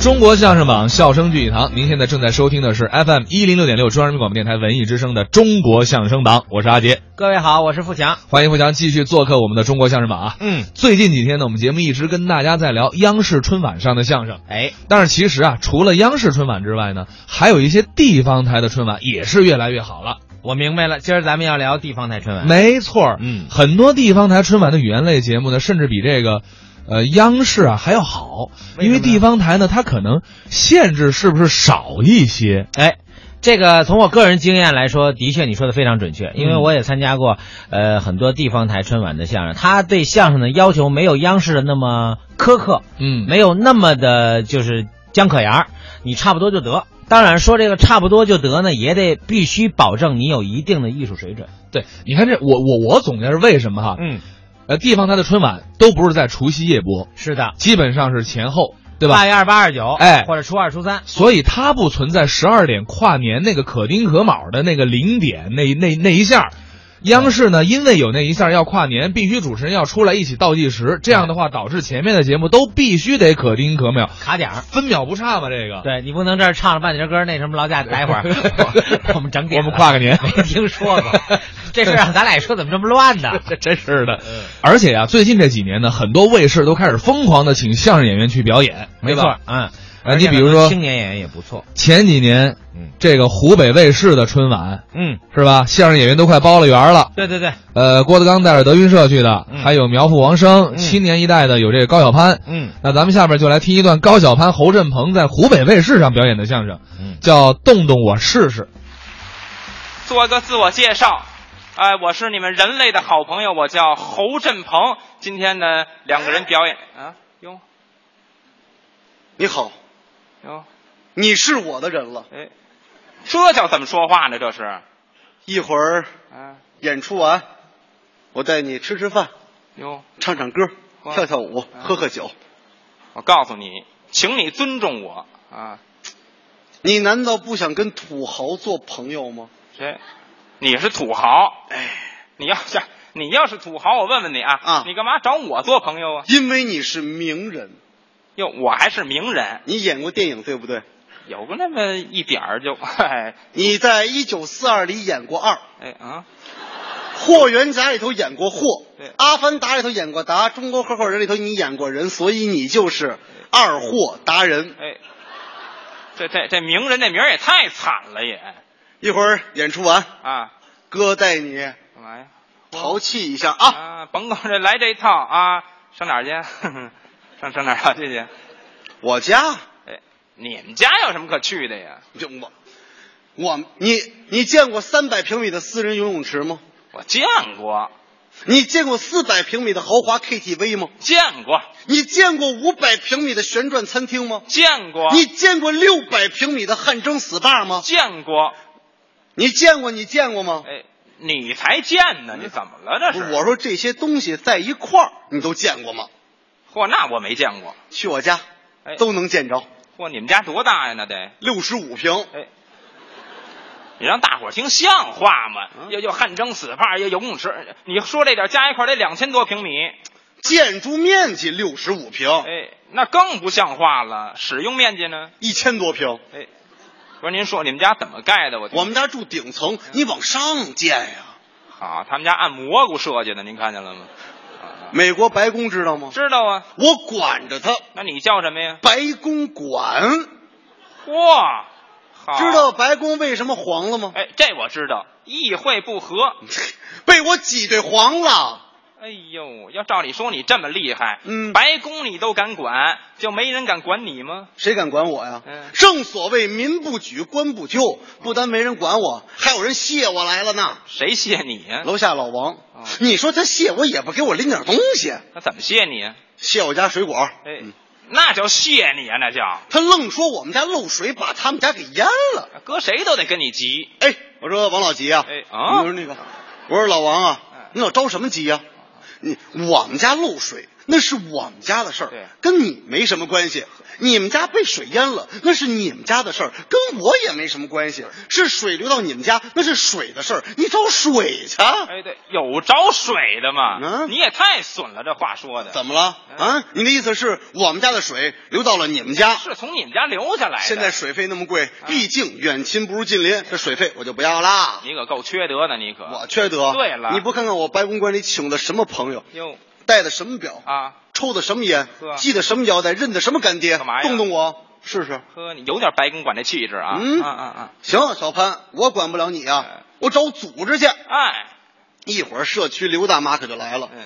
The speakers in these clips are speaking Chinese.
中国相声榜，笑声聚一堂。您现在正在收听的是 FM 一零六点六中央人民广播电台文艺之声的《中国相声榜》，我是阿杰，各位好，我是付强。欢迎富强继续做客我们的中国相声榜啊。嗯，最近几天呢，我们节目一直跟大家在聊央视春晚上的相声，哎，但是其实啊，除了央视春晚之外呢，还有一些地方台的春晚也是越来越好了。我明白了，今儿咱们要聊地方台春晚。没错儿，嗯很多地方台春晚的语言类节目呢，甚至比这个。呃，央视啊还要好，因为为什么呀地方台呢，它可能限制是不是少一些？哎，这个从我个人经验来说，的确你说的非常准确，因为嗯我也参加过呃很多地方台春晚的相声，他对相声的要求没有央视的那么苛刻，嗯，没有那么的就是姜可牙儿，你差不多就得。当然说这个差不多就得呢，也得必须保证你有一定的艺术水准。对，你看这，我我我总结是为什么哈？嗯，呃，地方台的春晚都不是在除夕夜播，是的，基本上是前后，对吧？八月二八二九，哎或者初二初三，所以它不存在十二点跨年那个可丁可卯的那个零点那那那一下儿。央视呢，因为有那一下儿要跨年，必须主持人要出来一起倒计时，这样的话导致前面的节目都必须得可丁可卯，卡点儿。分秒不差吧？这个对你不能这儿唱了半截歌，那什么劳驾待 会儿，我我们整点我了，们跨个年，没听说过， 这事儿让咱俩说怎么这么乱呢？这真是的。而且啊，最近这几年呢，很多卫视都开始疯狂的请相声演员去表演，没对吧错，嗯，呃而且你比如很多说青年演员也不错，前几年，嗯这个湖北卫视的春晚嗯，是吧？相声演员都快包了圆了。对对对，呃，郭德纲带着德云社去的，嗯还有苗阜、王声，嗯青年一代的有这个高晓攀。嗯那咱们下面就来听一段高晓攀、侯振鹏在湖北卫视上表演的相声，嗯，叫《动动我试试》。做个自我介绍。哎，我是你们人类的好朋友，我叫侯振鹏。今天呢，两个人表演啊，哟你好，哟，你是我的人了。哎，这叫怎么说话呢？这是，一会儿啊，演出完，我带你吃吃饭，哟，唱唱歌，哇跳跳舞，啊喝喝酒。我告诉你，请你尊重我啊。你难道不想跟土豪做朋友吗？谁？你是土豪？哎，你要是你要是土豪，我问问你啊，啊你干嘛找我做朋友啊？因为你是名人，哟，我还是名人，你演过电影对不对？有个那么一点儿就， 哎你在《一九四二》里演过二，哎啊， 《霍元甲》里头演过霍，对《阿凡达》里头演过达，《中国合伙人》里头你演过人，所以你就是二货达人。哎，这这这名人这名儿也太惨了也一会儿演出完，啊！哥带你干嘛呀？淘气一下啊！啊，甭管这来这一套啊，上哪儿去？上上哪儿啊？去去？我家哎，你们家有什么可去的呀？就我，我你你见过三百平米的私人游泳池吗？我见过，你见过四百平米的豪华 KTV 吗？见过，你见过五百平米的旋转餐厅吗？见过，你见过六百平米的汗蒸 SPA 吗？见过？你见过？你见过吗？哎，你才见呢？你怎么了？这不是是我说这些东西在一块儿，你都见过吗？嚯，那我没见过。去我家哎，都能见着，嚯，你们家多大呀？那得。六十五平。哎，你让大伙儿听像话吗？嗯又又汗蒸死帕，又游泳池，你说这点加一块儿得两千多平米，建筑面积六十五平，哎，那更不像话了。使用面积呢？一千多平。哎，不是您说你们家怎么盖的？我听我们家住顶哎层，你往上建呀。啊，他们家按蘑菇设计的，您看见了吗？啊美国白宫知道吗？知道啊，我管着它。那你叫什么呀？白公馆，嚯，好知道？白宫为什么黄了吗？啊哎，这我知道，议会不和。 被我挤兑黄了。哎呦，要照理说你这么厉害，嗯白宫你都敢管，就没人敢管你吗？谁敢管我呀？嗯正所谓民不举，官不究，不单没人管我，还有人谢我来了呢。谁谢你呀、楼下老王哦，你说他谢我也不给我拎点东西，那怎么谢你呀、谢我家水果，嗯哎，那叫谢你啊，那叫他愣说我们家漏水把他们家给淹了。搁谁都得跟你急。哎，我说王老吉啊，哎啊我说那个，我说老王啊嗯，你老着什么急呀、你我们家漏水，那是我们家的事儿，对跟你没什么关系。你们家被水淹了，那是你们家的事儿，跟我也没什么关系。是水流到你们家，那是水的事儿，你找水去。啊哎，对，有找水的嘛？嗯你也太损了，这话说的，怎么了啊？你的意思是我们家的水流到了你们家？嗯是从你们家留下来的？嗯现在水费那么贵，毕竟远亲不如近邻，这水费我就不要啦。你可够缺德的，你可我缺德。对了你不看看我白公馆里请的什么朋友，哟戴的什么表，啊抽的什么烟呵，系的什么腰带，认的什么干爹，干嘛呀动动我试试。呵，你有点白公馆那气质啊！嗯啊啊行，小潘，我管不了你啊哎，我找组织去。啊！哎，一会儿社区刘大妈可就来了。嗯，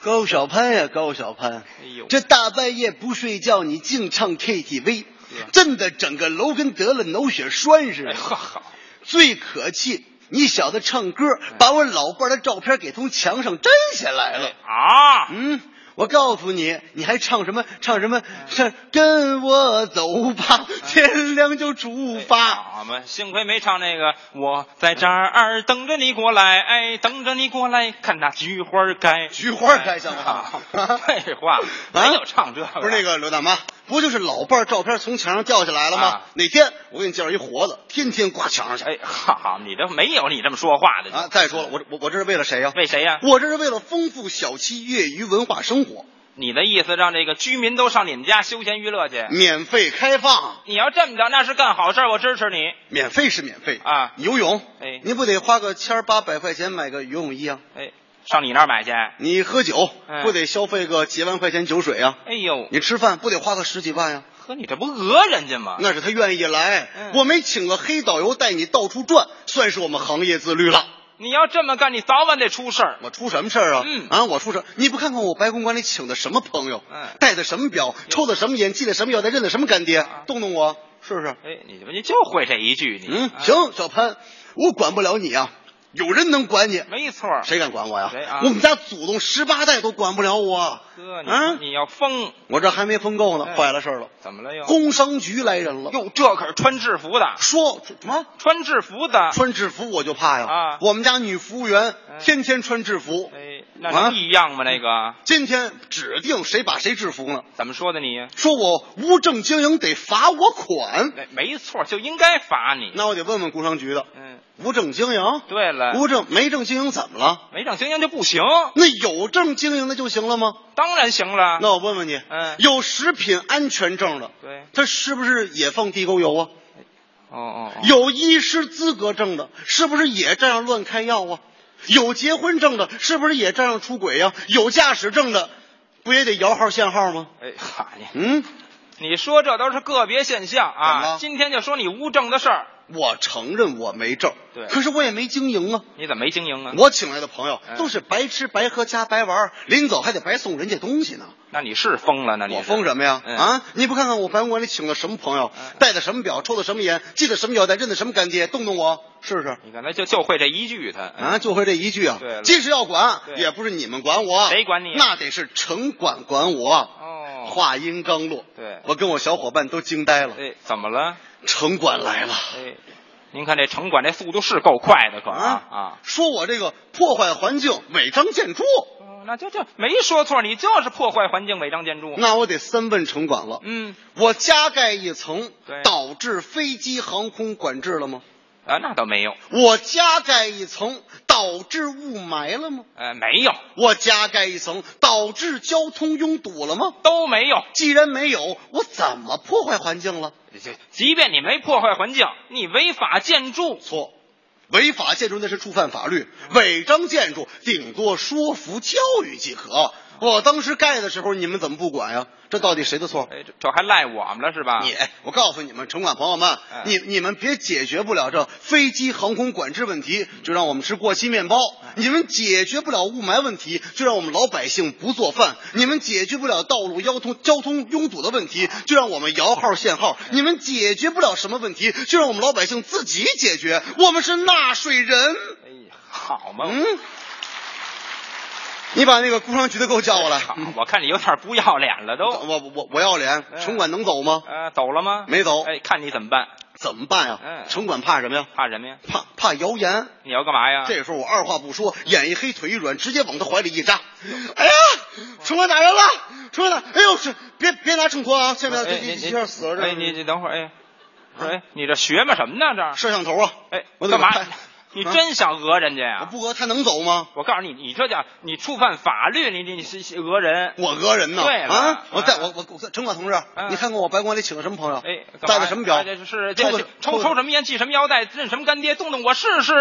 高小潘呀，高小潘，哎呦，这大半夜不睡觉，你净唱 KTV，震得整个楼跟得了脑血栓似啊哎的。呵好，最可气，你小子唱歌哎把我老伴儿的照片给从墙上摘下来了。啊，嗯，我告诉你，你还唱什么唱什么唱？跟我走哎吧，天亮就出发。好嘛，幸亏没唱那个，我在这儿等着你过来，哎，等着你过来，看那菊花开，菊花开像话吗哎废话，啊没有唱这个，不是那个刘大妈，不就是老伴儿照片从墙上掉下来了吗啊？哪天我给你介绍一活的，天天挂墙上去。哎，好好，你这没有你这么说话的啊，再说了，我我我这是为了谁呀、为谁呀、我这是为了丰富小区业余文化生活，你的意思让这个居民都上你们家休闲娱乐去？免费开放，你要这么着，那是干好事儿，我支持你。免费是免费啊游泳，哎你不得花个千儿八百块钱买个游泳衣啊？哎，上你那儿买去？哎你喝酒哎不得消费个几万块钱酒水啊？呦，你吃饭不得花个十几万呀、呵，你这不讹人家吗？那是他愿意来，啊嗯我没请个黑导游带你到处转，算是我们行业自律了。你要这么干，你早晚得出事儿。我出什么事儿啊？嗯啊，我出事儿！你不看看我白公馆里请的什么朋友，嗯戴的什么表，抽的什么烟，系的什么腰带，认的什么干爹，啊动动我是不是？哎，你你就会这一句，你嗯，啊行，小潘，我管不了你啊，有人能管你，没错儿。谁敢管我呀？谁啊我们家祖宗十八代都管不了我。哥，你、啊，你要疯，我这还没疯够呢，哎坏了事儿了，怎么了又？工商局来人了，哟，这可是穿制服的，说什么？穿制服的。穿制服我就怕呀！啊我们家女服务员嗯天天穿制服，哎，那啊能一样吗？那个今天指定谁把谁制服呢？怎么说的你？说我无证经营得罚我款，哎没错儿，就应该罚你。那我得问问工商局的，嗯，无证经营，对了，无证没证经营怎么了？没证经营就不行，那有证经营的就行了吗？当然行了。那我问问你，啊嗯有食品安全证的，对，他是不是也放地沟油啊？哦哦哦，有医师资格证的，是不是也照样乱开药啊？有结婚证的，是不是也照样出轨呀、有驾驶证的，不也得摇号限号吗？哎，哈你，嗯，你说这都是个别现象怎么了啊！今天就说你无证的事儿，我承认我没证，对可是我也没经营啊。你怎么没经营啊？我请来的朋友嗯都是白吃白喝加白玩儿，临走还得白送人家东西呢。那你是疯了？那啊你我是疯什么呀？嗯啊！你不看看我白公馆里请了什么朋友，戴的什么表，抽的什么烟，系的什么腰带，认的什么干爹，动动我试试你看他就就会这一句，他啊！，就会这一句啊对！了即使要管，对也不是你们管我，谁管你啊那得是城管管我。哦话音刚落，对我跟我小伙伴都惊呆了，哎，怎么了？城管来了哎，您看这城管这速度是够快的，可啊！说我这个破坏环境、违章建筑，哦那就就没说错，你就是破坏环境、违章建筑。那我得三问城管了。嗯我加盖一层对，导致飞机航空管制了吗？啊，那倒没有，我加盖一层，导致雾霾了吗？呃，没有，我加盖一层，导致交通拥堵了吗？都没有。既然没有，我怎么破坏环境了？这即便你没破坏环境，你违法建筑，错，违法建筑那是触犯法律，违章建筑顶多说服教育即可。我当时盖的时候，你们怎么不管呀？这到底谁的错？哎，这这还赖我们了是吧？你，哎我告诉你们，城管朋友们啊哎，你你们别解决不了这飞机航空管制问题，就让我们吃过期面包；哎你们解决不了雾霾问题，就让我们老百姓不做饭；你们解决不了道路交通交通拥堵的问题，就让我们摇号限号；你们解决不了什么问题，就让我们老百姓自己解决。我们是纳税人。哎呀，好嘛，嗯，你把那个工商局的给我叫过来。好嗯，我看你有点不要脸了我 都。我我我要脸，哎城管能走吗？呃，走了吗？没走哎，看你怎么办？怎么办呀哎？城管怕什么呀？怕什么呀？怕怕谣言。你要干嘛呀？ 这时候我二话不说，眼一黑腿一软，直接往他怀里一扎，哎呀，城管打人了！城管打，哎呦，是别别拿秤砣啊！现在哎这你一你下死了这。哎，你你等会儿，哎，我说哎，你这学嘛什么呢？这摄像头啊！哎，我得干嘛看？你啊真想讹人家我呀？不讹他能走吗？我告诉你，你这叫你触犯法律，你你你是是讹人。我讹人呢！对了啊，我啊带我我我城管同志，嗯你看看我白宫里请了什么朋友？哎，干嘛戴的什么表哎？这是抽这的这抽抽的抽什么烟，系什么腰带，认什么干爹，动动我试试，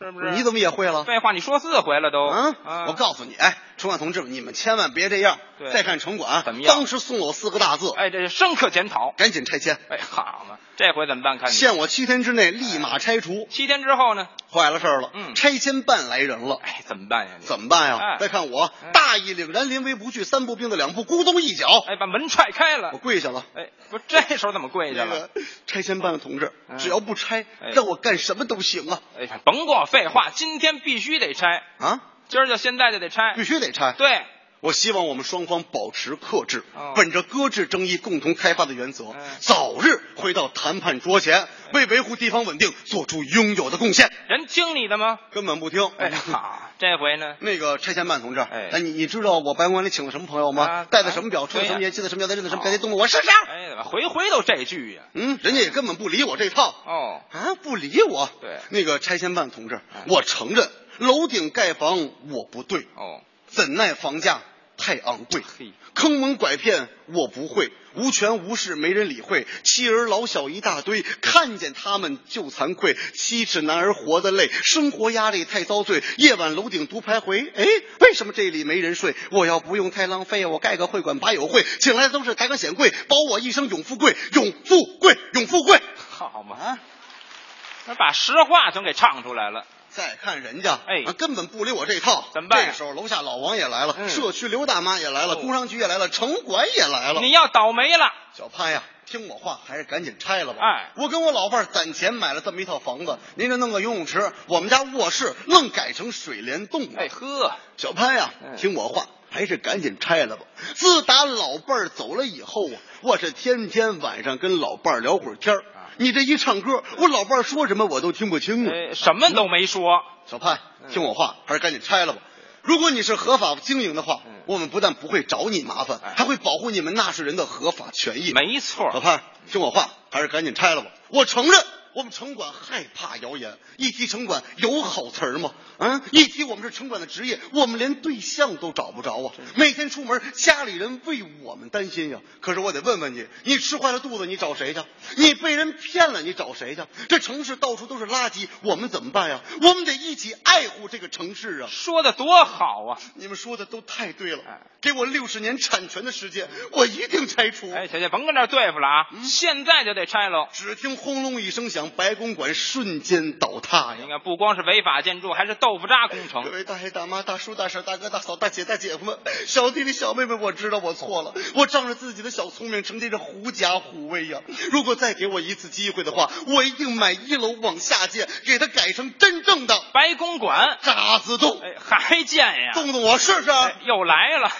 是不是？你怎么也会了？废话，你说四回了都。啊！我告诉你，哎，城管同志们，你们千万别这样。对再看城管，怎么样当时送了我四个大字：哎，这是深刻检讨。赶紧拆迁，哎，好嘛，这回怎么办？看你限我七天之内立马拆除。七天之后呢？坏了事儿了，嗯拆迁办来人了。哎，怎么办呀？你怎么办呀哎？再看我哎大义凛然，临危不惧，三步并作两步，咕咚一脚，哎，把门踹开了我。跪下了。哎，不，这时候怎么跪下那了个？拆迁办的同志，嗯只要不拆哎，让我干什么都行啊！哎，甭跟我废话，今天必须得拆，啊，今儿就现在就得拆必。须得拆。对，我希望我们双方保持克制哦，本着搁置争议、共同开发的原则哎，早日回到谈判桌前，为维护地方稳定做出应有的贡献。人听你的吗？根本不听。哎，好，这回 呢？那个拆迁办同志，哎你你知道我白宫里请了什么朋友吗啊？戴的什么表，啊穿的什么对呀鞋，系的什么腰带，认的什么哦干爹，动了我身上。哎，怎么回回都这句呀？嗯，人家也根本不理我这套哦，啊，不理我。对那个拆迁办同志哎，我承认楼顶盖房我不对，哦，怎奈房价太昂贵，嘿，坑蒙拐骗我不会，无权无势没人理会，妻儿老小一大堆，看见他们就惭愧，七尺男儿活得累，生活压力太遭罪，夜晚楼顶独徘徊，哎，为什么这里没人睡？我要不用太浪费，我盖个会馆把友会，请来的都是抬杠显贵，保我一生永富贵，永富贵，永富贵。好啊嘛，那把实话全给唱出来了。再看人家，哎啊根本不理我这套，怎么办呀这个时候，楼下老王也来了，嗯社区刘大妈也来了，哦工商局也来了，城管也来了。你要倒霉了，小潘呀，听我话，还是赶紧拆了吧。哎，我跟我老伴儿攒钱买了这么一套房子，您这弄个游泳池，我们家卧室愣改成水帘洞了。哎呵，小潘呀，嗯听我话，还是赶紧拆了吧。自打老伴儿走了以后啊，我是天天晚上跟老伴儿聊会儿天儿。啊你这一唱歌，我老伴儿说什么我都听不清啊。哎，什么都没说。小潘，听我话，还是赶紧拆了吧。如果你是合法经营的话嗯，我们不但不会找你麻烦，还会保护你们纳税人的合法权益。没错老，潘，听我话，还是赶紧拆了吧。我承认，我们城管害怕谣言。一提城管有好词儿吗？嗯，一提我们是城管的职业，我们连对象都找不着啊。每天出门，家里人为我们担心呀。可是我得问问你，你吃坏了肚子，你找谁去？你被人骗了，你找谁去？这城市到处都是垃圾，我们怎么办呀？我们得一起爱护这个城市啊！说的多好啊！你们说的都太对了哎，给我六十年产权的时间，我一定拆除。啊哎，小姐，甭跟这儿对付了啊，嗯现在就得拆喽。只听轰隆一声响，白公馆瞬间倒塌你呀！看，不光是违法建筑，还是豆腐渣工各程。位大爷、大妈、大叔、大婶、大哥、大嫂、大姐、大姐夫们，小弟弟、小妹妹，我知道我错了，我仗着自己的小聪明，成天是狐假虎威呀！如果再给我一次机会的话，我一定买一楼往下建，给它改成真正的白公馆，渣滓洞，哎，还建呀？动动我试试。啊哎又来了。